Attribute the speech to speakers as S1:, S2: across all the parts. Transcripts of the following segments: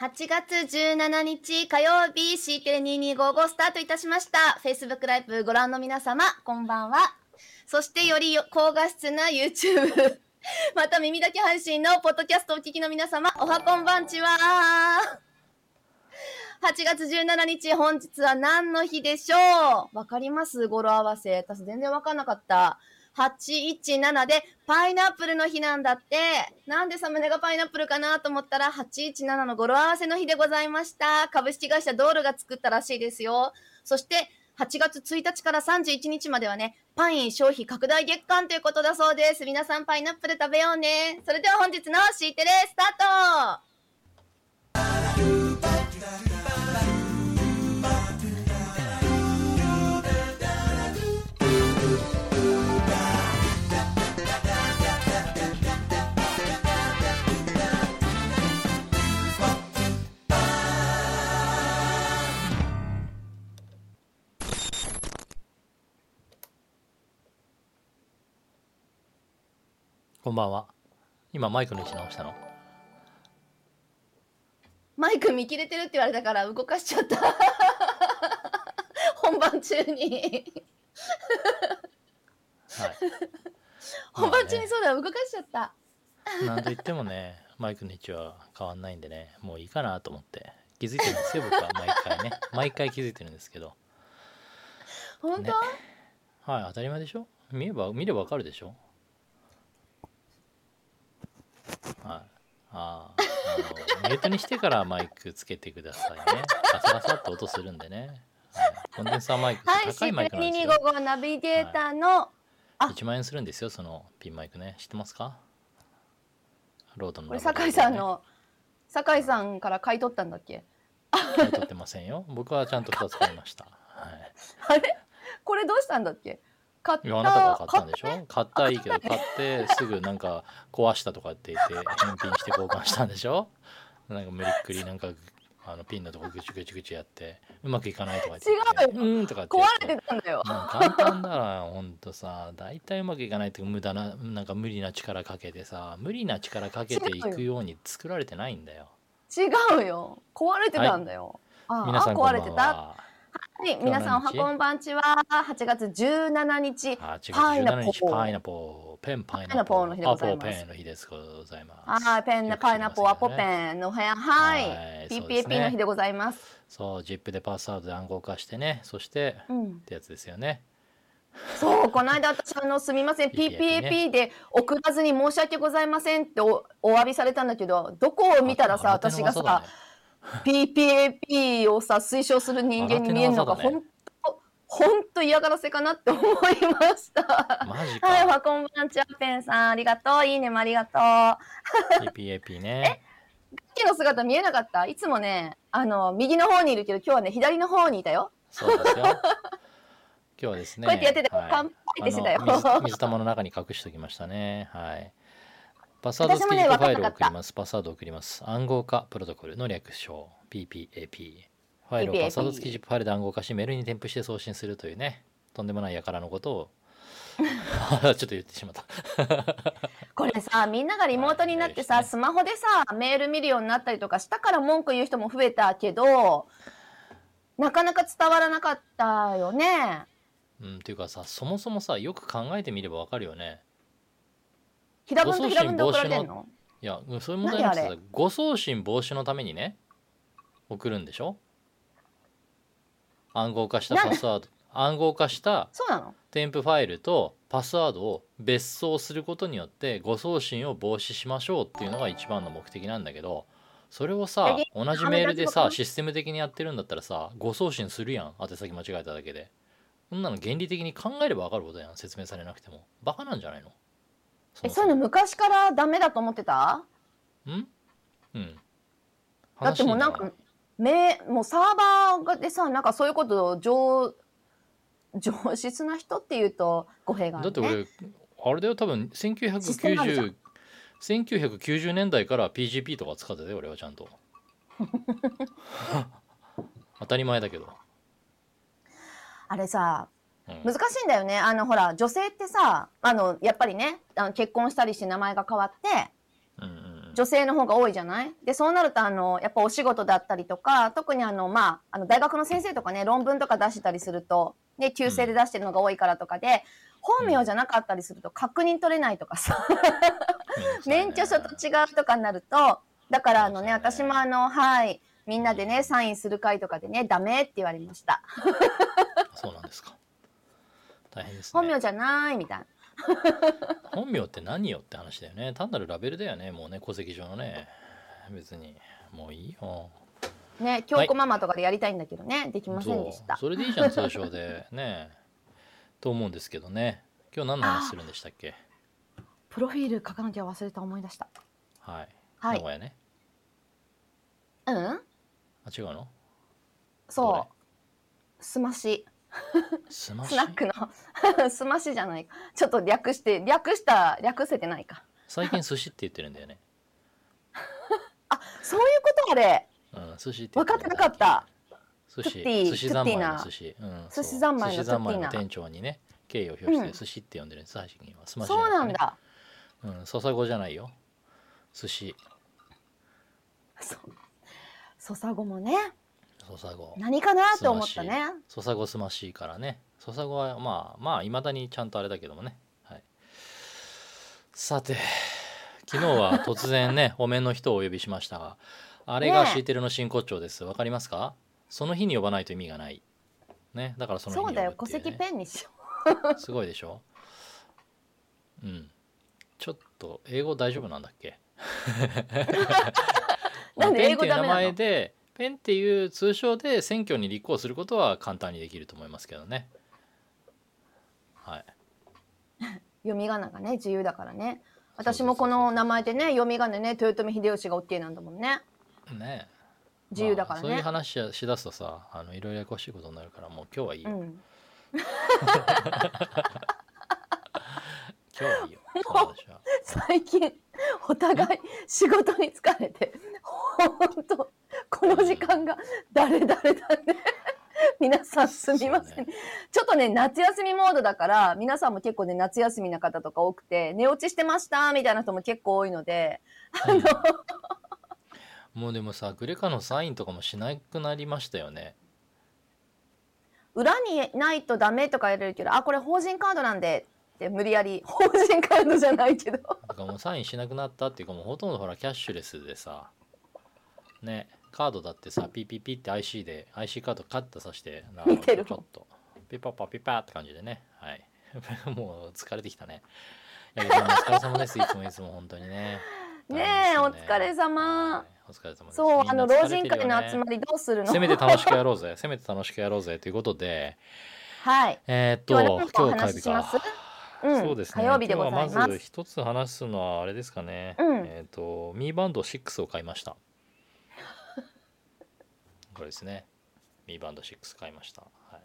S1: 8月17日火曜日 C92255 スタートいたしました Facebook ライブご覧の皆様こんばんはそしてよりよ高画質な YouTube また耳だけ配信のポッドキャストをお聞きの皆様おはこんばんちは8月17日本日は何の日でしょうわかります語呂合わせ私全然わかんなかった817でパイナップルの日なんだって。なんでサムネがパイナップルかなと思ったら817の語呂合わせの日でございました。株式会社ドールが作ったらしいですよ。そして8月1日から31日まではね、パイン消費拡大月間ということだそうです。皆さんパイナップル食べようね。それでは本日のシーテレスタート
S2: こんばんは。今マイクの位置直した の
S1: マイク見切れてるって言われたから動かしちゃった 本番中に
S2: はい。
S1: 本番中
S2: まあ
S1: に
S2: ね
S1: そうだ動かしちゃった
S2: なんと言ってもね、マイクの位置は変わんないんでね、もういいかなと思って。気づいてるんですよ、僕は毎回ね。 毎回気づいてるんですけど。
S1: 本当、
S2: ねはい、当たり前でしょ見れば、見ればわかるでしょはい。ああ、あの、ミュートにしてからマイクつけてくださいね。ガサガサって音するんでね。はい、コンデンサーマイクって
S1: はい
S2: 高いマイクなんですよ。
S1: C2255 ナビゲーターの、あ
S2: 1万円するんですよそのピンマイクね知ってますかロードの
S1: これ
S2: ラブラ
S1: 酒
S2: ブ
S1: 井さんの酒井さんから買い取ったんだっけ
S2: ね取ってませんよ僕はちゃんと2つ買いました、はい、
S1: あれこれどうしたんだっけ買った
S2: いやあなたが買ったんでし
S1: 買
S2: ょ買ったはいいけど買ってすぐなんか壊したとかって言って返品して交換したんでしょなんか無理っくりなんかあのピンのとこぐちゅぐちゅぐちゅやってうまくいかないとか言って
S1: 違う
S2: うーんとかって
S1: 壊
S2: やって
S1: れてたんだよ
S2: もう簡単だなほんとさ大体うまくいかないって無駄ななんか無理な力かけてさ無理な力かけていくように作られてないんだよ
S1: 違うよ壊れてたんだよ、あ
S2: 皆さん
S1: あ
S2: こん
S1: 壊
S2: ばん
S1: れてた
S2: は。
S1: はい皆さんおはこんばんちは8月17日
S2: あ、違う。
S1: パイナポー
S2: 17日パイナポー、ペンパイ
S1: パイナ
S2: ナ
S1: ポ
S2: ポ
S1: ー
S2: ー
S1: の日でございます
S2: アポーペンの日ですございます。
S1: はい、ペン
S2: よ
S1: な
S2: く知
S1: パイ
S2: り
S1: ナッ
S2: ませ
S1: プ
S2: んよね
S1: ルアポペンの部屋、はい、
S2: はいそうで
S1: PPP
S2: すね
S1: の日でございます。
S2: そう、ジップでパスワードで暗号化してね、そして
S1: うん
S2: っ、てやつですよね。
S1: そう、この間私あのすみません、
S2: PPP
S1: PPP で送らずに申し訳ございませんっておお詫びされたんだけど、どこを見たらさ、
S2: あ手の
S1: 私が
S2: 技だ
S1: さ
S2: ね、
S1: PPP をさ推奨する人間に見えるのが
S2: 新手の
S1: 本当本当嫌がらせかなって思いました。
S2: マジ
S1: はい、
S2: か。
S1: わこんばんちはペンさんありがとう、いいねもありがとう。
S2: PPAP ね。
S1: さっきの姿見えなかった？いつもね、あの右の方にいるけど、今日はね左の方にいたよ。
S2: そ うですよ。今日はですね。
S1: こうやってやってたよ
S2: はい
S1: 乾杯ってしてたよ
S2: あの水水玉の中に隠しておきましたね。はい。パスワード付き
S1: 私もね
S2: ファ
S1: わか
S2: イル
S1: ん
S2: を
S1: なかった
S2: 送ります。パスワードを送ります。暗号化プロトコルの略称 PPAP。ファイルを
S1: PPAP
S2: パスワード付きジップファイルで暗号化し、メールに添付して送信するというね、とんでもない輩のことを、 ちょっと言ってしまった。
S1: これさみんながリモートになってさ、
S2: はい
S1: スマホでさメール見るようになったりとかしたから文句言う人も増えたけどなかなか伝わらなかったよね
S2: うん、というかさ、そもそもさ、よく考えてみればわかるよね。
S1: 平文と平文で
S2: 誤
S1: 送
S2: 送
S1: ら
S2: 信
S1: れてんの
S2: いや、うんそういう問題じゃなくて
S1: 何
S2: さ、誤送信防止のためにね、送るんでしょ暗号化した
S1: なん
S2: パスワード、暗号化した
S1: そうなの
S2: 添付ファイルとパスワードを別送することによって誤送信を防止しましょうっていうのが一番の目的なんだけど、それをさ
S1: え、
S2: 同じメールでさ
S1: 同、じ
S2: システム的にやってるんだったらさ、誤送信するやん、宛先間違えただけで。そんなの原理的に考えればわかることやん、説明されなくても。バカなんじゃないのそ
S1: え
S2: も
S1: そ
S2: そ
S1: う
S2: も
S1: いうの昔からダメだと思ってた
S2: んうん。
S1: だってもうなん
S2: 話に
S1: かめもうサーバーでさなんかそういうことを上上質な人っていうと語弊が
S2: な
S1: あ
S2: らだ
S1: る
S2: って
S1: ね
S2: 俺、あれだよ、多分
S1: システムあるじゃ
S2: 1990 1990年代から PGP とか使ってたよ、俺はちゃんと。 当たり前だけど。
S1: あれさ
S2: うん
S1: 難しいんだよね。あの、ほら、女性ってさ、あの、やっぱりね、あの結婚したりして名前が変わって、
S2: うんうんうん
S1: 女性の方が多いじゃないでそうなるとあのやっぱお仕事だったりとか特にあの、まあ、あの大学の先生とかね論文とか出してたりするとで旧姓で出してるのが多いからとかで本名じゃなかったりすると確認取れないとかさ、免許証と違うとかになるとだからあのね
S2: そうです
S1: 私
S2: ね
S1: もあのはいみんなでねサインする会とかでねダメって言われました
S2: そうなんですか大変ですね
S1: 本名じゃないみたいな
S2: 本名って何よって話だよね単なるラベルだよねもうね戸籍上のね別にもういいよ
S1: ね京子ママとかでやりたいんだけどねできませんでし
S2: そう
S1: た
S2: それでいいじゃん通称でねと思うんですけどね今日何の話するんでしたっけ
S1: プロフィール書かなきゃ忘れた思い出した
S2: はい、
S1: は
S2: 名
S1: い
S2: 古屋ね
S1: うん
S2: あ違うのど
S1: そうすまし
S2: スマッ
S1: ス
S2: シ
S1: ナッ
S2: ュ
S1: クの すましじゃないかちょっと略して略した略せてないか
S2: 最近寿司って言ってるんだよね
S1: そういうことあれ
S2: うん寿司って言
S1: 分
S2: っ
S1: かっ
S2: て
S1: て
S2: る
S1: なかったト
S2: 寿
S1: ゥ
S2: 司
S1: ッティ
S2: 寿司三昧
S1: トゥッティ
S2: の
S1: な
S2: 寿司、うん、
S1: 寿司
S2: そう
S1: 三昧の
S2: 寿司三昧
S1: トゥ
S2: の
S1: ッティな
S2: 店長にね敬意を表し
S1: うん
S2: て寿司って呼んでるんです最近はスマッシュ
S1: そう
S2: じゃ
S1: なん
S2: くてね
S1: だ
S2: うん、笹子じゃないよ寿司
S1: そそさごもね
S2: 笹子
S1: 何かなと思った
S2: す
S1: ね
S2: ソサゴすましいからね。ソサゴはまあまあいまだにちゃんとあれだけどもね。はい。さて、昨日は突 然ね、お面の人をお呼びしましたが、あれが
S1: ねえ
S2: シーテレの真骨頂です。わかりますかその日に呼ばないと意味がない。ね、だからその日に
S1: そ
S2: 呼
S1: う
S2: ぶって
S1: だ
S2: い
S1: よ
S2: ね
S1: 戸籍ペンにしよ
S2: すごいでしょうん。ちょっと英語大丈夫なんだっ け
S1: なんで英語
S2: ペンってい
S1: ダメな
S2: う名
S1: の
S2: 前でペンっていう通称で選挙に立候補することは簡単にできると思いますけどね。はい。
S1: う読み仮名がね自由だからね私もこの名前でね読み仮名ね豊臣秀吉が OK なんだもんね
S2: ねえ
S1: 自由だからね、
S2: まあそういう話ししだすとさあのいろいろややこしいことになるからもう今日はいいよ、
S1: うん、
S2: 今日はい いよその話は
S1: 最近お互い仕事に疲れてほんとこの時間が誰々だね皆さんすみません、
S2: そうね
S1: ちょっとね夏休みモードだから皆さんも結構ね夏休みな方とか多くて寝落ちしてましたみたいな人も結構多いので
S2: もうでもさグレカのサインとかもしなくなりましたよね
S1: 裏にないとダメとか言われるけどあこれ法人カードなんでって無理やり法人カードじゃない けど
S2: だからもうサインしなくなったっていうかもうほとんどほらキャッシュレスでさねカードだってさピピピって IC で IC カードカッとさしてなんか
S1: 見てる
S2: ちょっとピパパピパって感じでねはい もう疲れてきたねいやでもお疲れ様ですいつもいつも本当にね
S1: ねえ
S2: 大変ですよ
S1: お疲れ様
S2: はいお疲れ様です
S1: そう
S2: みん
S1: あの
S2: な疲
S1: 老
S2: れて
S1: 人
S2: るよね
S1: 会の集まりどうするの
S2: せめて楽しくやろうぜせめて楽しくやろうぜということで
S1: はい
S2: えーっと
S1: 今日は何かお
S2: 今日火曜
S1: 話
S2: 日
S1: しします
S2: か
S1: うん
S2: そうですね。
S1: 火曜日でございます
S2: 今日はまず一つ話すのはあれですかね。
S1: うん
S2: えっ、とミーバンド6を買い ました。これですね。ミーバンド6買いました。はい。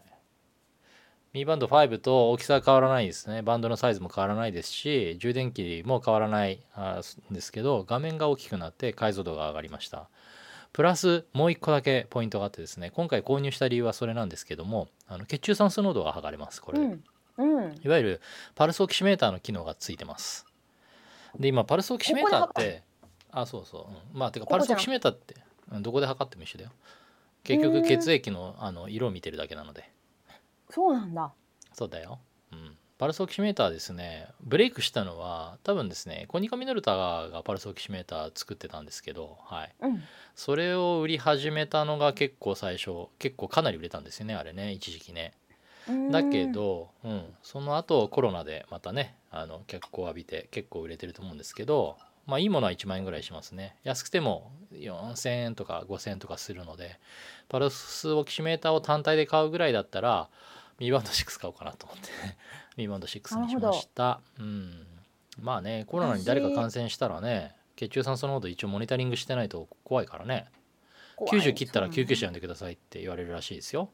S2: ミーバンド5と大きさは変わらないですね。バンドのサイズも変わらないですし、充電器も変わらないあすんですけど、画面が大きくなって解像度が上がりました。プラスもう一個だけポイントがあってですね、今回購入した理由はそれなんですけども、あの血中酸素濃度が測れます。これ
S1: う
S2: で。
S1: んうん
S2: いわゆるパルスオキシメーターの機能がついてます。で今パルスオキシメーターってあそうそう、うんまあてか
S1: こ
S2: パ
S1: こ
S2: ル
S1: じ
S2: ス
S1: ゃん
S2: オキシメーターってうんどこで測っても一緒だよ。結局血液のあの色を見てるだけなので。
S1: そうなんだ
S2: そうだよ。うん。パルスオキシメーターですね、ブレイクしたのは多分ですね、コニカミノルタがパルスオキシメーター作ってたんですけど、はい。
S1: うん
S2: それを売り始めたのが結構最初、結構かなり売れたんですよね、あれね、一時期ね。だけど、うん、その後コロナでまたねあの脚光を浴びて結構売れてると思うんですけど、まあ、いいものは1万円ぐらいしますね安くても4000円とか5000円とかするのでパルスオキシメーターを単体で買うぐらいだったらミーバンド6買おうかなと思って ミーバンド6にしました、うん、まあねコロナに誰か感染したらね血中酸素濃度一応モニタリングしてないと怖いからね
S1: 怖い
S2: 90切ったら救急
S1: そ
S2: 車
S1: う
S2: 呼んでくださいって言われるらしいですよ。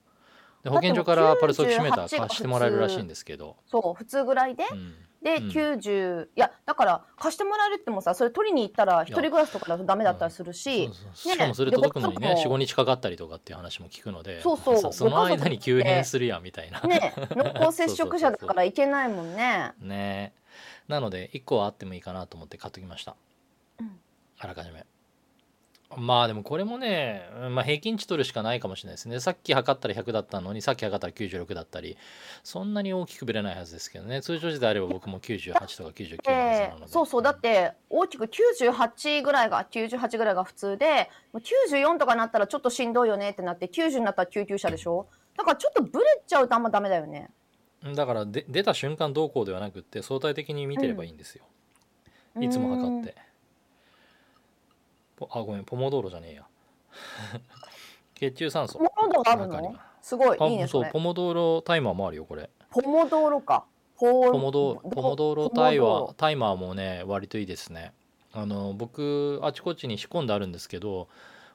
S2: で
S1: だっ
S2: 保
S1: て
S2: 健
S1: もう
S2: 所からパルスオキシメーター
S1: 98
S2: 貸してもらえるらしいんですけど、
S1: なんだそう普通ぐらいで
S2: うん、
S1: で、
S2: うん
S1: 90いやだから貸してもらえるってもさそれ取りに行ったら一人暮らしとかだとダメだったりするし、
S2: そうそうしかもそれ
S1: で
S2: 届くのに
S1: ご
S2: ね
S1: 家族も
S2: 45日かかったりとかっていう話も聞くので
S1: そうそう
S2: さその
S1: ご家族
S2: 間に急変するやんみたいな。
S1: ね 濃厚接触者だから行けないもんね
S2: ねなので1個はあってもいいかなと思って買っときました。
S1: うん
S2: あらかじめまあでもこれもね、うんまあ、平均値取るしかないかもしれないですねさっき測ったら100だったのにさっき測ったら96だったりそんなに大きくぶれないはずですけどね通常時であれば僕も98とか99のはず
S1: え
S2: なので、
S1: ーそうそうだって大きく98ぐらいが98ぐらいが普通でもう94とかなったらちょっとしんどいよねってなって90になったら救急車でしょだからちょっとブレちゃうとあんまダメだよね
S2: だからで出た瞬間どうこうではなくって相対的に見てればいいんですよ、いつも測ってポあごめんポモドーロじゃねえや 血中酸素
S1: ポモドーロある
S2: なんか
S1: の
S2: ります
S1: ごい
S2: あ
S1: いいねそ
S2: そう
S1: れ
S2: ポモドーロタイマーもあるよこれ
S1: ポモドーロかポ
S2: ポモドポモドーロ
S1: ポモド
S2: タイ
S1: ー
S2: マ
S1: ロ
S2: ータイマーもね割といいですねあの僕あちこちに仕込んであるんですけど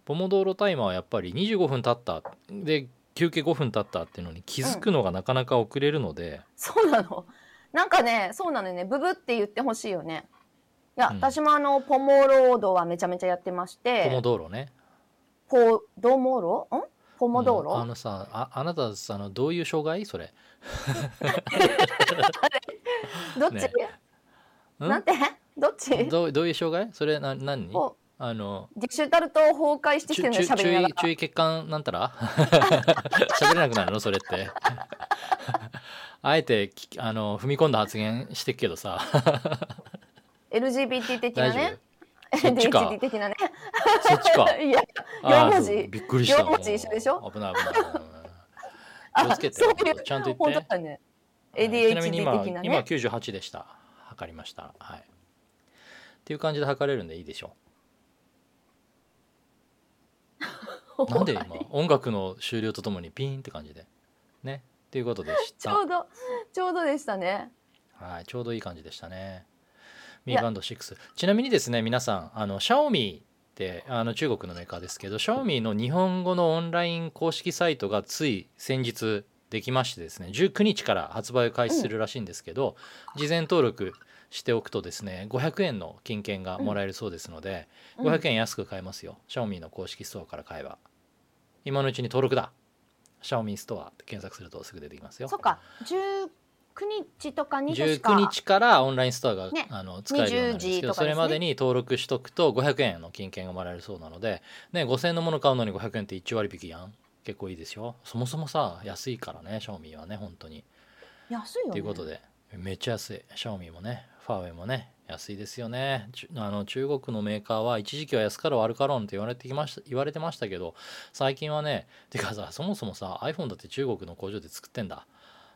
S2: ポモドーロタイマーはやっぱり25分経ったで休憩5分経ったっていうのに気づくのがなかなか遅れるので、
S1: そうなのなんかねそうなのよねブブって言ってほしいよねいや、
S2: うん
S1: 私もあのポモロードはめちゃめちゃやってまし
S2: ポモ
S1: て
S2: ドーロね
S1: ポドモロんポモドーロ、
S2: うんあのさああなたさあのどういう障害それ
S1: どっち、
S2: ねん
S1: なんてどっち
S2: どうどういう障害それな何
S1: お
S2: あの
S1: ディシュタルト崩壊してき
S2: ち
S1: てる
S2: ゅ
S1: ね
S2: ちゅ
S1: 喋り
S2: 注
S1: なが
S2: 意
S1: ら
S2: 注意欠陥なんたら 喋れなくなるのそれって あえてきあの踏み込んだ発言してっけどさ
S1: LGBT 的
S2: 大
S1: な
S2: 丈
S1: ね
S2: 夫そっちか
S1: LGBT 的なね
S2: そっちか
S1: いや
S2: あー
S1: 四文字
S2: そうびっくりした
S1: 四文字一緒でしょ
S2: 危ない危ない危ない
S1: あ
S2: 気をつけて
S1: そういう
S2: ちゃんと
S1: 本
S2: 言っ
S1: 当
S2: て
S1: だね
S2: はいちなみに
S1: ADHD
S2: 今
S1: 的な
S2: 今
S1: ね
S2: 98でした測りましたはいっていう感じで測れるんでいいでしょ うなんで今音楽の終了とともにピーンって感じでねっていうことでし
S1: ち
S2: た
S1: ょうどちょうどでしたね
S2: はい、ちょうどいい感じでしたね。
S1: い
S2: ミー
S1: や
S2: バンド6。ちなみにですね、皆さん、あの、シャオミって、あの、中国のメーカーですけど、シャオミの日本語のオンライン公式サイトがつい先日できましてですね、19日から発売を開始するらしいんですけど、事前登録しておくとですね、500円の金券がもらえるそうですので、
S1: うん
S2: 500円安く買えますよ。シャオミの公式ストアから買えば。今のうちに登録だ。シャオミストアって検索するとすぐ出てきますよ。
S1: そっか19日とかに確か
S2: 19日からオンラインストアが、
S1: ね
S2: あの使えるようになるんですけ
S1: 20時とかで
S2: ど
S1: す
S2: そ
S1: ね
S2: れまでに登録しとくと500円の金券がもらえるそうなので、ね、5000円のもの買うのに500円って1割引きやん結構いいですよそもそもさ安いからねシャオミはね本当に
S1: 安いよ
S2: ということ
S1: ね
S2: でめっちゃ安いシャオミもねファーウェイもね安いですよねちゅあの中国のメーカーは一時期は安かろう悪かろうって言われてきました言われてましたけど最近はねてかさそもそもさ iPhone だって中国の工場で作ってんだ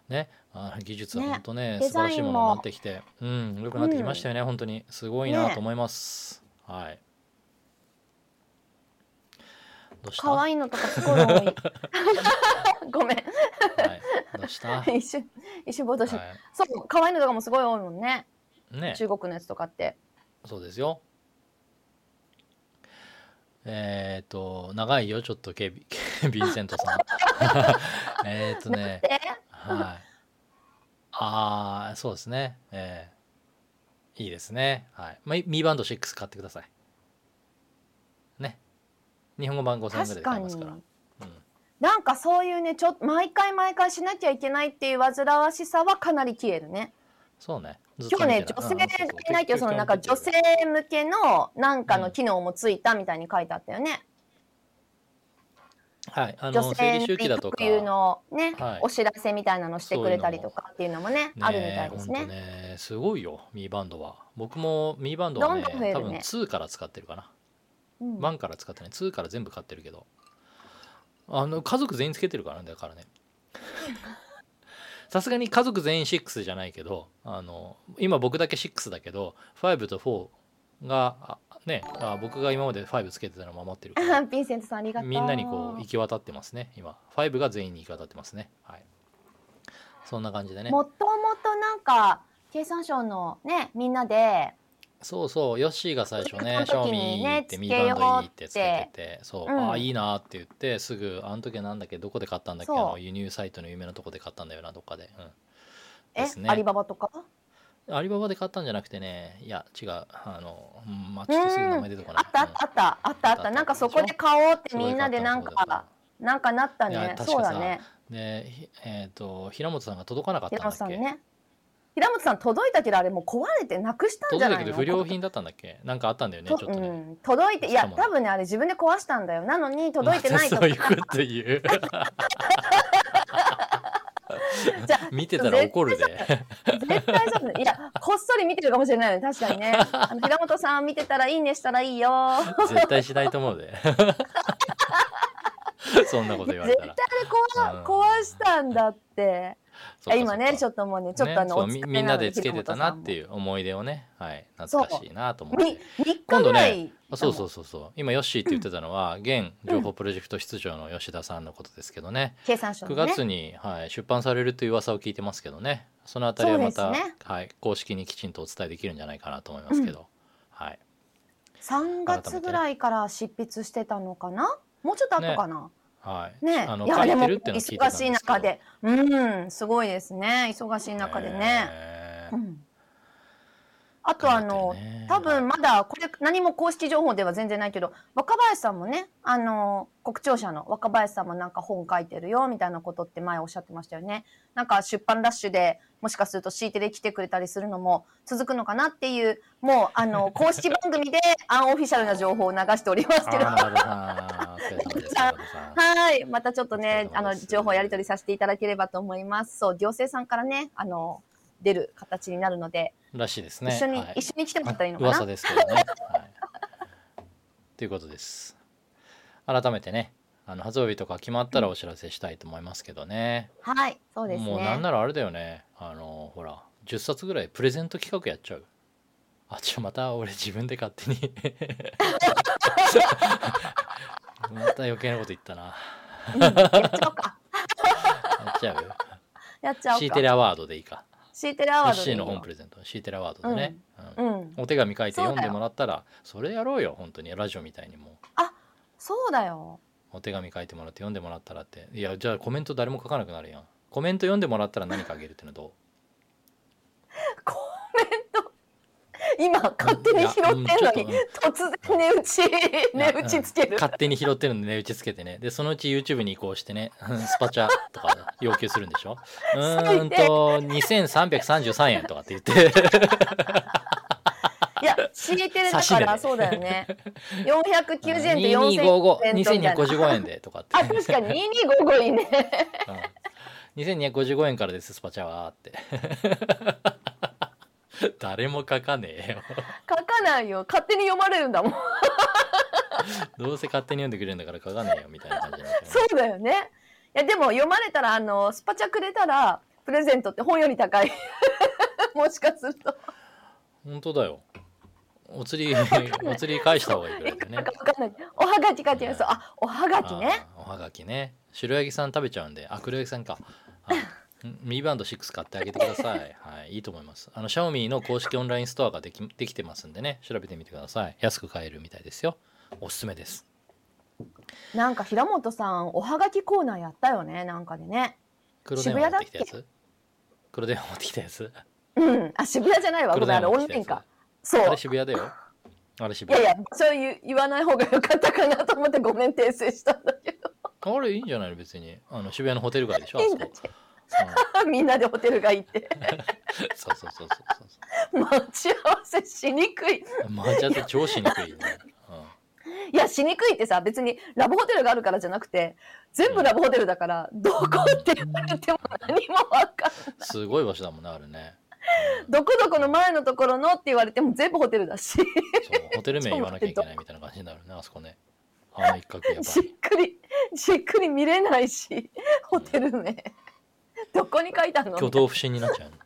S2: ねあ技術は
S1: ね
S2: 本当ね
S1: デ
S2: 素晴
S1: ザ
S2: ら
S1: インも
S2: しいものになってきてうん良くなってきましたよね、本当にすごいな
S1: ね
S2: と思います、はいどうした
S1: 可愛いのとかすごい多 いごめん
S2: はい、 どうした、はい
S1: 一瞬一瞬ぼーっとしてそう可愛いのとかもすごい多いもんね
S2: ね
S1: 中国のやつとかって
S2: そうですよ。えっ、と、長いよ、ちょっと、ケビ、ケビンセントさん。えっとね、
S1: で
S2: はい。ああ、そうですね。えーいいですね。はい。まあ、ミーバンド6買ってください。ね。日本語版5000円ぐらい
S1: 確
S2: で買
S1: か
S2: えます
S1: に
S2: から。うん
S1: なんかそういうねちょっと毎回毎回しなきゃいけないっていう煩わしさはかなり消えるね
S2: そうね。ずっと
S1: 今日ね
S2: 見て
S1: 女
S2: な
S1: 性がいないけどそのなんか女性。
S2: うん
S1: 向けのなんか
S2: う
S1: の
S2: ん
S1: 機能もついたみたいに書いてあったよね、
S2: はい。あ
S1: 女
S2: の、生
S1: 性
S2: 理周期だとか。
S1: 特有のね、
S2: はい
S1: お知らせみたいなのしてくれたりとかっていうのもね
S2: ねえ
S1: あるみたいです
S2: ほ
S1: ね
S2: んとねすごいよミーバンドは僕もミーバンドはね
S1: どんどん増え
S2: 多
S1: る
S2: 分
S1: ね
S2: 2から使ってるかな、
S1: うん
S2: 1から使ってない2から全部買ってるけどあの家族全員つけてるからねだからね さすがに家族全員6じゃないけどあの今僕だけ6だけど5と4があねあ僕が今まで5つけてたの守って るから
S1: ヴィンセントさんありがとう
S2: みんなにこう行き渡ってますね今5が全員に行き渡ってますねはいそんな感じでね
S1: もともとなんか経産省のねみんなで
S2: そうそうヨッシーが最
S1: そ
S2: 初ね
S1: の
S2: 「シャオ
S1: 時
S2: ミ
S1: にね
S2: ー」って「
S1: つ
S2: ミ
S1: け
S2: ー
S1: よう
S2: バンドいい」ってつけててそう
S1: う
S2: 「
S1: ん
S2: ああいいな」って言ってすぐ「あの時はなんだっけどこで買ったんだっけあ
S1: そう
S2: の輸入サイトの有名なとこで買ったんだよな」とかで、うん、
S1: え、
S2: ですね
S1: アリババとか
S2: アリババで買ったんじゃなくてねいや違うあのうんまあちょっとすぐ名前出てこ
S1: あ
S2: ない
S1: ったあったあったあったなんかそこで買おうってみんなでなんかなんかなった
S2: いや
S1: ね
S2: 確かさ
S1: そうだね
S2: うんでひえっ、と平本さんが届かなかっ
S1: 平
S2: た
S1: 野
S2: んだ
S1: さ
S2: っ
S1: ん
S2: け
S1: ね平本さん届いたけどあれもう壊れてなくしたんじゃ
S2: 届い
S1: な
S2: た
S1: い
S2: け
S1: の
S2: ど不良品だったんだっけなんかあったんだよねちょ
S1: と
S2: っとね、
S1: うん、届いてい
S2: しか
S1: や
S2: も
S1: 多分ねあれ自分で壊したんだよなのに届いてないと
S2: ま
S1: か、
S2: たそういうこと言う
S1: じゃあ
S2: 見てたら怒るで
S1: 絶対そうねいやこっそり見てるかもしれないよね確かに ねあの平本さん見てたらいいねしたらいいよ
S2: 絶対しないと思うで そんなこと言われ
S1: 絶
S2: た
S1: 対
S2: ら
S1: あれ壊,、
S2: うん
S1: 壊したんだって
S2: そうか
S1: 今
S2: そう
S1: ね
S2: か
S1: ちょっともうねちょっとあ
S2: ね
S1: の、
S2: そう
S1: お疲れ
S2: み
S1: の
S2: みんなでつけてたなって
S1: う
S2: いう思い出をねはい懐かしいなと思って
S1: 3日
S2: 今
S1: ぐ
S2: 度
S1: らい、
S2: ねあそうそうそうそう今ヨッシーって言ってたのは現情報プロジェクト室長の吉田さんのことですけどね
S1: 経産省
S2: 9
S1: のね
S2: 月に、はい、出版されるという噂を聞いてますけどねそのあたりはまた、
S1: そうですね
S2: はい、公式にきちんとお伝えできるんじゃないかなと思いますけど、はい、
S1: 3月ぐらいから執筆してたのかなもうちょっと後かな、
S2: はい、
S1: ね
S2: あの
S1: いや
S2: 書い
S1: でも
S2: てるっていうのを聞いてたん
S1: 忙
S2: です
S1: し
S2: けど
S1: い中でうんすごいですね忙しい中でね、
S2: え
S1: う
S2: ー
S1: ん、あとあの、
S2: 書いてるね
S1: 多分まだこれ何も公式情報では全然ないけど若林さんもねあの国庁舎の若林さんもなんか本書いてるよみたいなことって前おっしゃってましたよねなんか出版ラッシュでもしかすると C テレ来てくれたりするのも続くのかなっていうもうあ の公式番組でアンオフィシャルな情報を流しております
S2: あ
S1: けど
S2: ーなるほどなお疲れ様ですなるほどさん
S1: はい。またちょっとね、
S2: お
S1: あ
S2: 疲れ様
S1: の、
S2: です
S1: 情報やり取りさせていただければと思います。そう、行政さんからね、あの、出る形になるので、
S2: らしいですね
S1: 一緒に、
S2: はい
S1: 一緒に来てもらったらいいのか
S2: 噂
S1: な。
S2: ですけどね。はい、ということです。改めてね、あの発売日とか決まったらお知らせしたいと思いますけどね。
S1: はい、そうですね。
S2: もうなんならあれだよね。あのほら、10冊ぐらいプレゼント企画やっちゃう。あ、ちょまた俺自分で勝手に また余計なこと言ったな。
S1: うんやっちゃおうか。
S2: やっちゃうよ。
S1: や っちゃおうか。
S2: シーテレアワードでいいか。
S1: シーテレア
S2: ヨ
S1: ワ
S2: ッ
S1: ードで
S2: シ
S1: い
S2: ー
S1: い
S2: の
S1: の
S2: 本プレゼント、シーテレアワードでね。うん
S1: うん。
S2: お手紙書いて
S1: そうだよ
S2: 読んでもらったらそれやろうよ本当にラジオみたいにも
S1: そうだよ。
S2: うお手紙書いてもらって読んでもらったらっていやじゃあコメント誰も書かなくなるやんコメント読んでもらったら何かあげるってのはどう
S1: コメント。今、勝手に拾ってんのに
S2: いやうんちょっと
S1: 突然
S2: うん、
S1: 値打ち、 値打ちつける。
S2: 勝手に拾ってるんで値打ちつけてねでそのうち YouTube に移行してね スパチャとか要求するんで しょうーんと2333円とかって言って
S1: いや、シーテレだ
S2: 差し入
S1: か
S2: れ
S1: ら、
S2: で
S1: そうだよね。490円と4000円とみたいな。
S2: 2255円でとかって
S1: あ、確かに2255いいね。
S2: うん2255円からですスパチャはって 誰も書かねえよ
S1: 書かないよ。勝手に読まれるんだもん。
S2: どうせ勝手に読んでくれるんだから書かねえよみたいな感じになってる
S1: そうだよね。いや、でも読まれたら、あの、スパチャくれたら、プレゼントって本より高い。 もしかすると。
S2: 本当だよお 釣りお釣り返した方がいいぐら
S1: い
S2: いだ
S1: く
S2: ね
S1: らかわかんない。おはがき書いてる。そう、あ、おはがきね。
S2: あーおはがきね白ヤギさん食べちゃうんであ黒ヤギさんかあんミーバンド6買ってあげてくださ いはいいいと思いますあのシャオミの公式オンラインストアができできてますんでね調べてみてください安く買えるみたいですよおすすめです
S1: なんか平本さん、おはがきコーナーやったよね。なんかでね。
S2: 黒電話持ってきたやつ黒電話持ってきたやつ
S1: うん。あ、渋谷じゃないわ。ご
S2: 黒
S1: めん、あ
S2: 電
S1: れ
S2: 話
S1: オ
S2: 持っ
S1: ン
S2: てき
S1: ライ
S2: たや
S1: ン
S2: つあ
S1: か。そう
S2: れ。渋谷だよあれ
S1: い
S2: 渋
S1: や
S2: 谷
S1: いや、そういう言わない方が良かったかなと思ってごめん訂正したんだけど。
S2: あれいいんじゃないの別にあの渋谷のホテル街でしょあ
S1: いい
S2: そ
S1: んだ
S2: こ
S1: っけ みんなでホテルがいって。
S2: うんそうそうそうそうそうそ
S1: 待ち合わせしにくい。
S2: うマージャンって超しにくいよね、うん
S1: いや、しにくいってさ、別にラブホテルがあるからじゃなくて、全部ラブホテルだから、どこって言われても何もわかん
S2: すごい場所だもんねあれね、うん
S1: どこどこの前のところのって言われても全部ホテルだし、
S2: そうホテル名言わなきゃいけないみたいな感じになるねあそこねあの一角やっぱ
S1: じっ
S2: り
S1: くり、じっくり見れないし、ホテル名。どこに書いてあるの
S2: 挙動不審になっちゃうの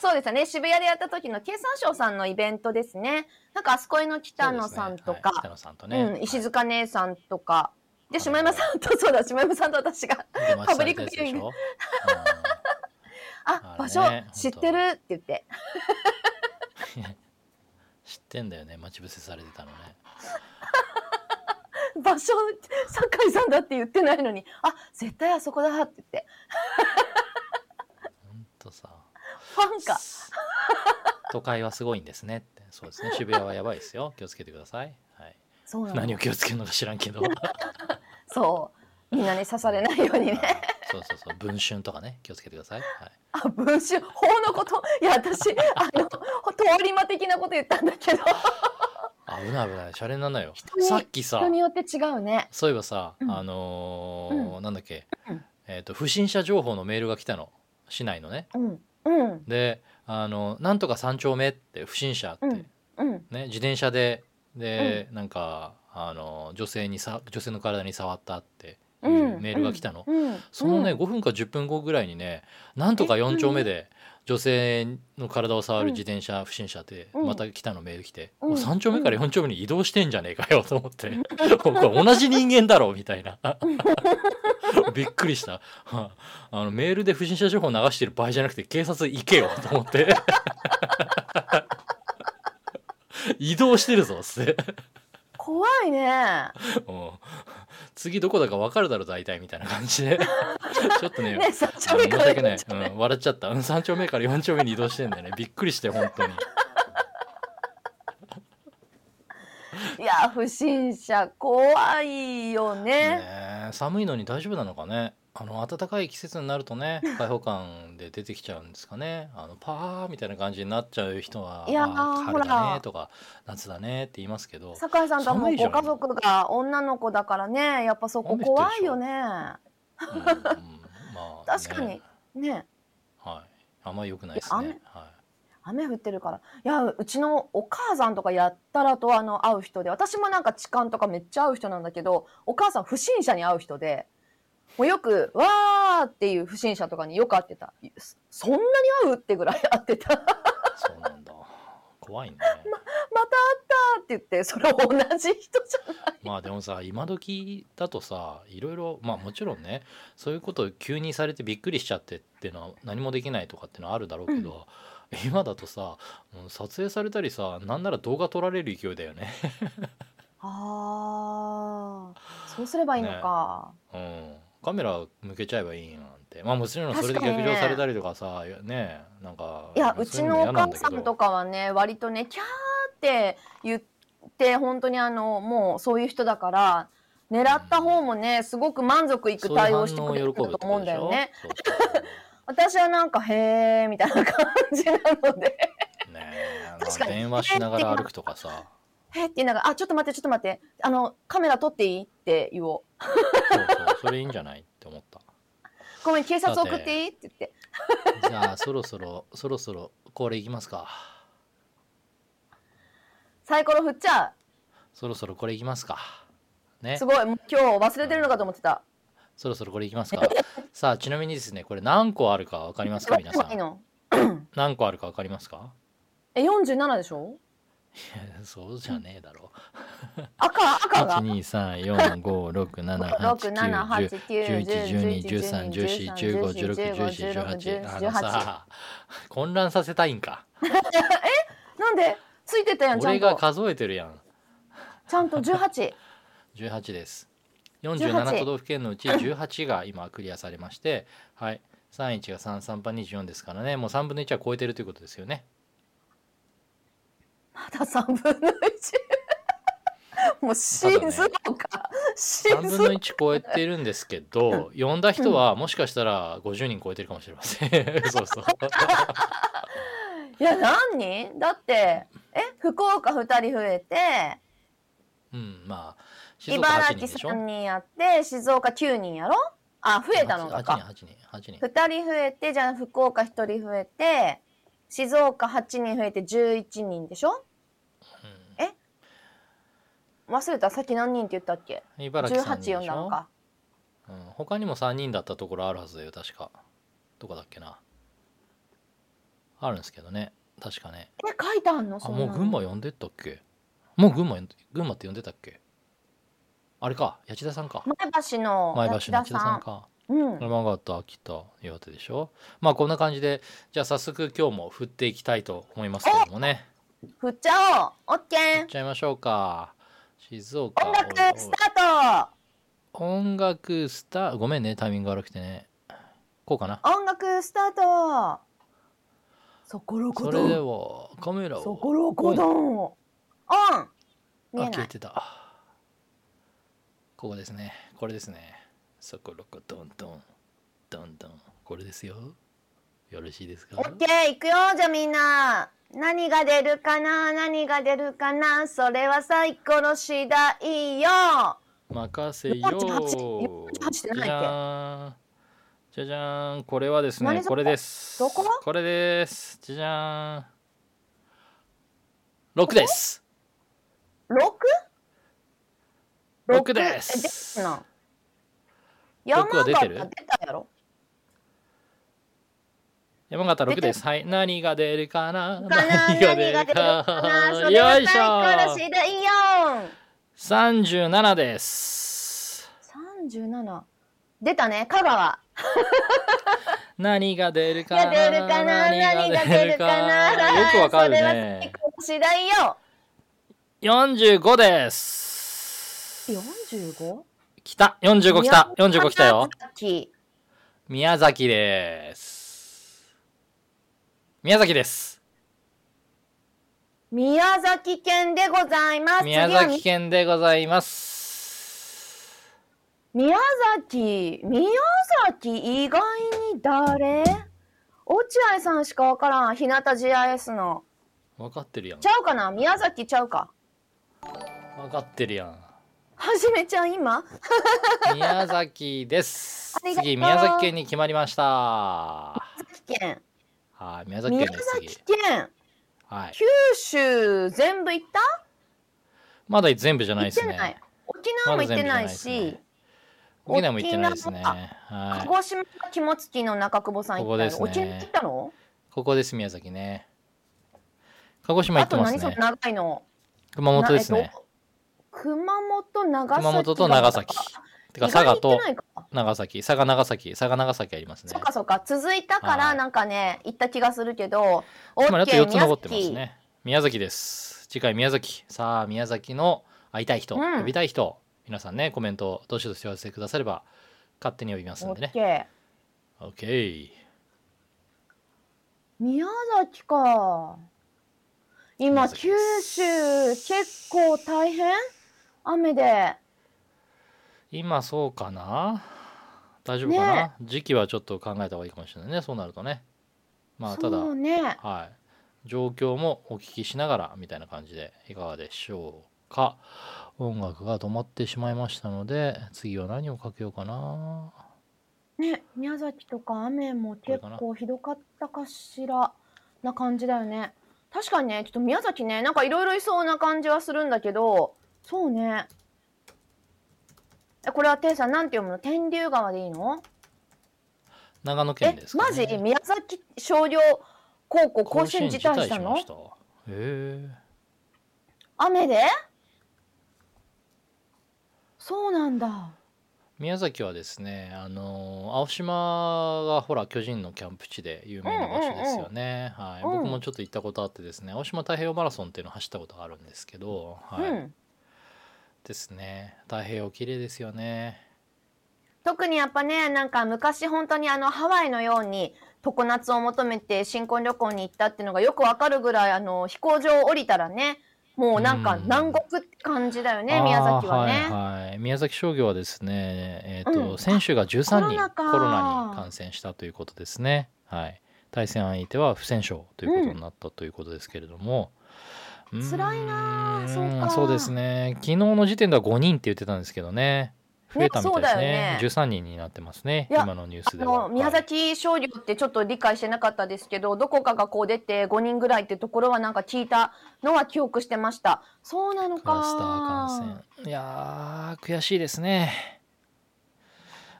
S1: そうですね渋谷でやった時の経産省さんのイベントですねなんかあそこへの北野さんと
S2: そうですねはい
S1: か、
S2: 北野さんとね、
S1: うん、石塚姉さんとかで
S2: はい
S1: 下山さんとそうだ下山さんと私が
S2: はい
S1: パブリックビューイング
S2: う
S1: 「
S2: ん
S1: あ
S2: あれ
S1: 場
S2: ね
S1: 所
S2: 本当
S1: 知ってる」って言って
S2: 知ってんだよね待ち伏せされてたのね
S1: 場所酒井さんだって言ってないのに「あ絶対あそこだ」って言って
S2: ほんとさ
S1: ファンか
S2: 都会はすごいんですねってそうですね渋谷はやばいですよ気をつけてください、はい、
S1: そうな
S2: 何
S1: の
S2: を気をつけるのか知らんけど
S1: そうみんなね刺されないようにね
S2: あーそうそうそう文春とかね気をつけてください、はい、
S1: ああ文集法のこといや私あの通り魔的なこと言ったんだけど
S2: 危ない危ないシャレにならないよ
S1: に
S2: さっきさ
S1: 人によって違うね
S2: そういえばさ、
S1: うん
S2: あのーなんだっけ、
S1: うん
S2: えっ、と不審者情報のメールが来たの市内のね
S1: うんうん
S2: であの「なんとか3丁目」って不審者って、
S1: うんうん
S2: ね自転車でで、なんかあの女性にさ女性の体に触ったっていううんメールが来たの、
S1: うん
S2: そのね、
S1: うん
S2: 5分か10分後ぐらいにねなんとか
S1: え
S2: 4丁目で女性の体を触る自転車不審者って
S1: うん
S2: また来たのメール来て、
S1: うん
S2: もう3丁目から4丁目に移動してんじゃねえかよと思って、 僕は同じ人間だろみたいな びっくりした はああのメールで不審者情報流してる場合じゃなくて警察行けよと思って 移動してるぞっつって、
S1: 怖いね
S2: うん次どこだか分かるだろ大体みたいな感じで ちょっとね
S1: ね社
S2: あ
S1: 長
S2: の
S1: に
S2: 申し訳ない、
S1: から
S2: うん、笑っちゃったうん3丁目から4丁目に移動してんだよ ねびっくりして本当に
S1: いや不審者怖いよ
S2: ね
S1: ね
S2: え寒いのに大丈夫なのかねあの暖かい季節になるとね開放感で出てきちゃうんですかねあのパーみたいな感じになっちゃう人はい
S1: やー
S2: あ
S1: ほら
S2: 春だねとか夏だねって言いますけど
S1: 酒井さんとはも
S2: 寒
S1: う
S2: いじゃ
S1: ご
S2: ん
S1: 家族が女の子だからねやっぱそこ
S2: 雨降ってるで
S1: 怖
S2: しょ
S1: いよね
S2: うんうんまあ
S1: 確かに
S2: ね
S1: ね
S2: はいあんまり良くないです
S1: いや
S2: ねは
S1: 雨降ってるからいやうちのお母さんとかやったらとあの会う人で私もなんか痴漢とかめっちゃ会う人なんだけどお母さん不審者に会う人でもうよく「わー」っていう不審者とかによく会ってたそそんなに会うってぐらい会ってた また会っ
S2: いそうなんだ怖いね
S1: たって言ってそれ同じ人じゃない
S2: まあでもさ今時だとさいろいろまあもちろんねそういうことを急にされてびっくりしちゃってっていうのは何もできないとかっていうのはあるだろうけど、今だとさもう撮影されたりさなんなら動画撮られる勢いだよね。
S1: あーそうすればいいのか、
S2: うんカメラ向けちゃえばいいやんってまあもちろんそれで
S1: 確かに
S2: 逆
S1: ね
S2: 上されたりとかさねなんか
S1: いや
S2: そうう
S1: ち
S2: い
S1: のお
S2: 嫌なん
S1: 母
S2: だ
S1: さ
S2: けど
S1: んとかはね割とねキャーって言って本当にあのもうそういう人だから狙った方もねすごく満足いく対応してくれる
S2: そういう反応を喜ぶ
S1: と
S2: って
S1: 思う
S2: こと
S1: ん
S2: で
S1: だ
S2: し
S1: よ
S2: ょ
S1: ね。
S2: そうそうそう
S1: 私はなんかへーみたいな感じなので
S2: ねえ
S1: 確かに
S2: 電話しながら歩くとかさ
S1: へーって言いながら「あちょっと待ってちょっと待ってあのカメラ撮っていい?」って言おう
S2: そうそうそれいいんじゃないって思った。
S1: 「ごめん警察送っていい?」って言って
S2: じゃあそろそろそろそろこれいきますか
S1: サイコロ振っちゃ
S2: そろそろこれいきますか
S1: う
S2: ね
S1: すごいもう今日忘れてるのかと思ってた。
S2: そろそろこれいきますかさあちなみにですねこれ何個あるかわかりますか皆さ
S1: いい
S2: ん
S1: の
S2: 何個あるかわかりますか
S1: え47でしょ
S2: そうじゃねえだろ
S1: 赤赤が
S2: 1 2 3 4 5 6 7 8 9 10 11 12 13 14 15 16 17 18あのさ混乱させたいんか
S1: なんでついてたやんちゃ
S2: 俺
S1: ん
S2: が
S1: と
S2: 数えてるやん
S1: ちゃんと18
S2: 18です47都道府県のうち18が今クリアされましてはい31が33番24ですからねもう3分の1は超えてるということですよね
S1: まだ3分の1もう心臓か
S2: 3
S1: 心
S2: 分
S1: 臓
S2: の1超えてるんですけ ど呼んだ人はもしかしたら50人超えてるかもしれません そ うそう
S1: いや何人だってえ福岡2人増えて
S2: うんまあ静岡
S1: 茨
S2: 8人
S1: 城
S2: でしょ
S1: 3人やって静岡9人やろあ増えたの
S2: 8人
S1: か
S2: 8人8人
S1: 2人増えてじゃあ福岡1人増えて静岡8人増えて11人でしょ忘れたさっき何人って言ったっけ
S2: うん茨城
S1: 18
S2: 3人
S1: 読
S2: で
S1: ん
S2: し
S1: だの
S2: ょ、
S1: か
S2: うん、他にも3人だったところあるはずだよ確かどこだっけなあるんですけどね確かね
S1: え書いてあんの
S2: あ
S1: そんな
S2: も
S1: の
S2: う群馬呼んでったっけもう群馬呼んで群馬って呼んでたっけあれか八千田さんか
S1: 前橋の
S2: 前橋の八千田さんか
S1: うん、
S2: 山形秋田岩手でしょまあこんな感じでじゃあ早速今日も振っていきたいと思いますけどもね
S1: 振っちゃおう。オッケ
S2: 振っ
S1: ー。
S2: ちゃいましょうか静岡
S1: 音楽
S2: おいおい
S1: スター
S2: 音楽スターごめんねタイミング悪くてねこうかな
S1: ト。音楽スタート。そころ
S2: そ
S1: こ
S2: れで
S1: どん。
S2: はカメラ
S1: そ
S2: を
S1: ころこどん。オン。見えな
S2: あ消え
S1: い。
S2: てたここですねこれですねそころこどんどんどんどんこれですよよろしいですか
S1: オッケー、いくよ、じゃあみんな。何が出るかな何が出るかなそれはサイコロ次第よ。
S2: 任せよう
S1: 48
S2: じ
S1: じゃないっけ
S2: ゃーんじゃじゃーんこれはです
S1: 何
S2: ね
S1: それ
S2: これです
S1: どこ
S2: これですじゃじゃーん6です
S1: 六
S2: 六です
S1: え出てんの
S2: 六
S1: 山
S2: は出
S1: 形
S2: て
S1: 出
S2: る
S1: た やろ
S2: 山形
S1: 出て
S2: 6ですはい何が出るかな
S1: かな何が出るかなそれはサ
S2: よい
S1: イ
S2: し
S1: コロ
S2: ょ
S1: 次第よ。
S2: 37です
S1: 三十七。出たね、香川。
S2: 何が出るか
S1: が
S2: な
S1: 出るかな何が出るかな
S2: よくわかる
S1: それはサイ
S2: ね
S1: コロ次第よ。
S2: 45です
S1: 四十五。
S2: 来た45来た45来たよ
S1: 宮崎。
S2: 宮崎です宮崎です
S1: 宮崎県でございます。
S2: 宮
S1: 次は
S2: 崎県でございます
S1: 宮崎、宮崎以外に誰落合さんしかわからん。日向 GIS の。
S2: 分かってるやん
S1: ちゃうかな宮崎ちゃうか。
S2: 分かってるやん
S1: はじめちゃん今
S2: 宮崎です
S1: ありがとう
S2: 次宮崎県に決まりましたは
S1: 宮崎県。
S2: い宮崎
S1: 宮
S2: 県です次
S1: 崎県。
S2: はい
S1: 九州全部行った
S2: まだ全部じゃないです
S1: 行ってない
S2: ね
S1: 沖縄も行ってないし、
S2: 沖縄も行ってないですね
S1: 沖
S2: は
S1: 鹿
S2: い
S1: 児島が肝付きの中久保さん行ったよ
S2: ここで
S1: 沖
S2: すね
S1: 縄行ったの
S2: ここです宮崎ね鹿児島行
S1: あ
S2: って
S1: と
S2: ます
S1: 何その
S2: ね
S1: 長いの
S2: 熊本です
S1: なえっ
S2: ね
S1: と熊本長崎
S2: 熊本と長崎てか
S1: 意外に行
S2: 佐賀
S1: って
S2: と
S1: ないか
S2: 長崎佐賀長崎佐賀長崎ありますね
S1: そっかそっか続いたか
S2: は
S1: ら
S2: い
S1: なんかね行った気がするけどオ
S2: まあ、
S1: ッ
S2: あと
S1: ケー
S2: 4つ残っ
S1: 宮
S2: てます
S1: 崎
S2: ね宮崎です次回宮崎さあ宮崎の会いたい人、
S1: うん
S2: 呼びたい人皆さんねコメントどしどしお寄せくだされば勝手に呼びますん
S1: オ
S2: で
S1: ッ
S2: ね
S1: ケー
S2: OK
S1: 宮崎か今
S2: 宮崎
S1: 九
S2: です
S1: 州結構大変雨で
S2: 今そうかな大丈夫かな、
S1: ね
S2: 時期はちょっと考えた方がいいかもしれないねそうなるとねまあただ、
S1: そうね
S2: はい、状況もお聞きしながらみたいな感じでいかがでしょうか音楽が止まってしまいましたので次は何をかけようかな
S1: ね宮崎とか雨も結
S2: こ
S1: 構ひどかったかしらな感じだよね確かにねちょっと宮崎ねなんかいろいろいそうな感じはするんだけどそうねえこれはていさんなんて読むの天竜川でいいの
S2: 長野県です
S1: え
S2: か、ね、
S1: マジ宮崎商業高校甲子園辞退したの
S2: 甲子園辞退しまたへえ
S1: 雨でそうなんだ
S2: 宮崎はですねあのー青島がほら巨人のキャンプ地で有名な場所ですよね、はい、
S1: うん
S2: 僕もちょっと行ったことあってですね青島太平洋マラソンっていうのを走ったことがあるんですけど、はい
S1: うん
S2: ですね太平洋綺麗ですよね
S1: 特にやっぱねなんか昔本当にあのハワイのように常夏を求めて新婚旅行に行ったっていうのがよくわかるぐらいあの飛行場を降りたらねもうなんか
S2: うん
S1: 南国って感じだよね、
S2: あー
S1: 宮崎はね、
S2: はいはい、宮崎商業はですね、えーと
S1: うん
S2: 選手が13
S1: コロ
S2: 人
S1: ナ
S2: コ
S1: か
S2: ロナに感染したということですね、はい、対戦相手は不戦勝ということになったということですけれども、うーん
S1: 辛いなあそうか
S2: そうですね昨日の時点では5人って言ってたんですけどね増えたみたいですね
S1: ねそう
S2: 13人になってますね
S1: いや
S2: 今のニュース
S1: あ
S2: では
S1: の宮崎商業ってちょっと理解してなかったですけどどこかがこう出て5人ぐらいってところはなんか聞いたのは記憶してましたそうなの
S2: ク
S1: か
S2: ラスター感染いやー悔しいですね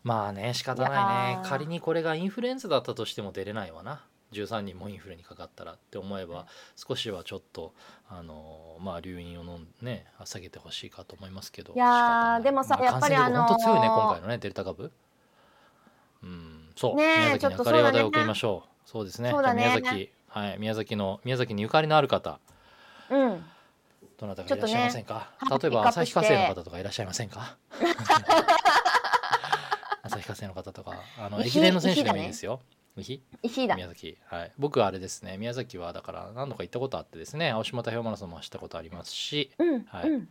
S2: まあね仕方ない
S1: い
S2: ね
S1: やー
S2: 仮にこれがインフルエンザだったとしても出れないわな13人もインフルにかかったらって思えば少しはちょっとあのーまあ留飲を飲んね下げてほしいかと思いますけど
S1: いやー
S2: 仕方ない
S1: でもさ
S2: まあ
S1: やっぱり
S2: 感染
S1: あのー
S2: 力ほんと強いね今回のねデルタ株うんそう、
S1: ねえ
S2: 宮
S1: ちょっ
S2: 崎
S1: と
S2: に
S1: そ
S2: 明
S1: うだね
S2: るい話題を送りましょうそうですね
S1: そうだね
S2: じゃあ宮崎はい宮崎の宮崎にゆかりのある方
S1: うん
S2: どなたかいらっしゃいませんか、
S1: ちょっとね
S2: 例え
S1: は
S2: ば
S1: い
S2: 旭化成の方とかいらっしゃいませんか 旭化成の方とかあの
S1: いひ
S2: 駅伝の選手でも
S1: い
S2: いい
S1: ひだね
S2: ですよ。いひ
S1: 石井だ
S2: 宮崎はい僕はあれですね宮崎はだから何度か行ったことあってですね青島太平洋マラソンも走ったことありますし
S1: うん、
S2: はい
S1: うん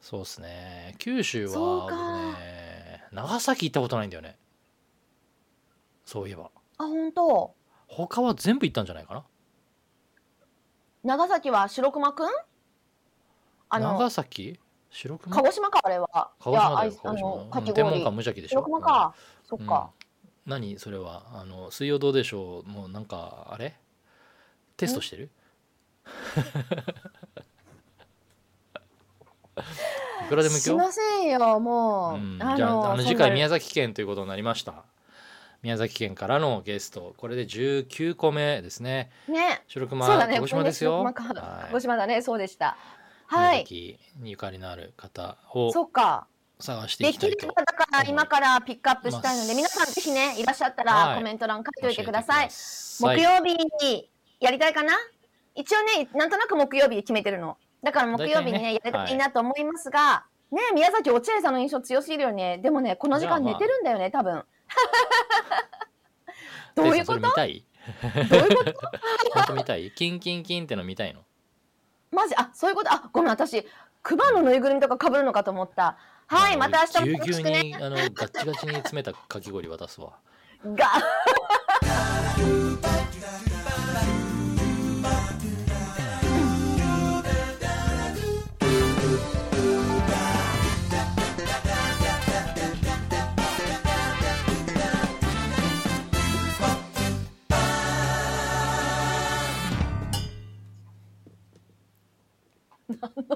S2: そうですね九州は
S1: そう
S2: 僕
S1: か
S2: ね長崎行ったことないんだよねそういえば
S1: あ本当
S2: 他は全部行ったんじゃないかな
S1: 長崎は白熊くんあの
S2: 長崎白熊
S1: 鹿児島かあれは
S2: 鹿児島だ
S1: いや
S2: よ
S1: あ
S2: 鹿児
S1: い
S2: 島
S1: あのか
S2: うん
S1: き
S2: 天文
S1: 氷
S2: 館無邪気でしょ
S1: 白熊か、そっか、
S2: うん何それはあの水曜どうでしょうもうなんかあれテストしてる いくらでも行く
S1: すい
S2: よ
S1: ませんよもう、
S2: うん、じゃああの
S1: そんな
S2: 次回宮崎県ということになりました宮崎県からのゲストこれで19個目ですね
S1: ね
S2: 白熊
S1: そうだね
S2: 鹿児島ですよ
S1: これね白熊か
S2: はい
S1: 鹿児島だねそうでしたは
S2: 宮
S1: い
S2: 崎にゆかりのある方を
S1: そっか
S2: 探して
S1: で
S2: いきた
S1: き
S2: い
S1: れ
S2: と
S1: ばだから
S2: はい
S1: 今からピックアップしたいの
S2: ま
S1: で
S2: あ
S1: 皆さんぜひねいらっしゃった
S2: は
S1: ら
S2: い
S1: コメント欄書いてお
S2: 教え
S1: いて
S2: てく
S1: く
S2: だ
S1: だ
S2: さ
S1: さ
S2: い
S1: い木曜日にやりたいかな一応ねなんとなく木曜日で決めてるのだから木曜日にね
S2: 大体ね
S1: やれたらいいなと思いますが、ね宮崎落合さんの印象強すぎるよねでもねこの時間
S2: じゃあまあ
S1: 寝てるんだよね多 分ど
S2: テ
S1: う
S2: イ
S1: い
S2: さ
S1: うん
S2: そ
S1: こと
S2: れ見たい
S1: どういうこと
S2: 本当見たいキンキンキンっての見たいの
S1: マジあそういうことあごめん私熊のぬいぐるみとか被るのかと思ったはいまた明日もよ
S2: ぎ
S1: ろ
S2: ゅう
S1: し
S2: ぎ
S1: く
S2: ゅう
S1: ね
S2: にあのガッチガチに詰めたかき氷渡すわ
S1: が何の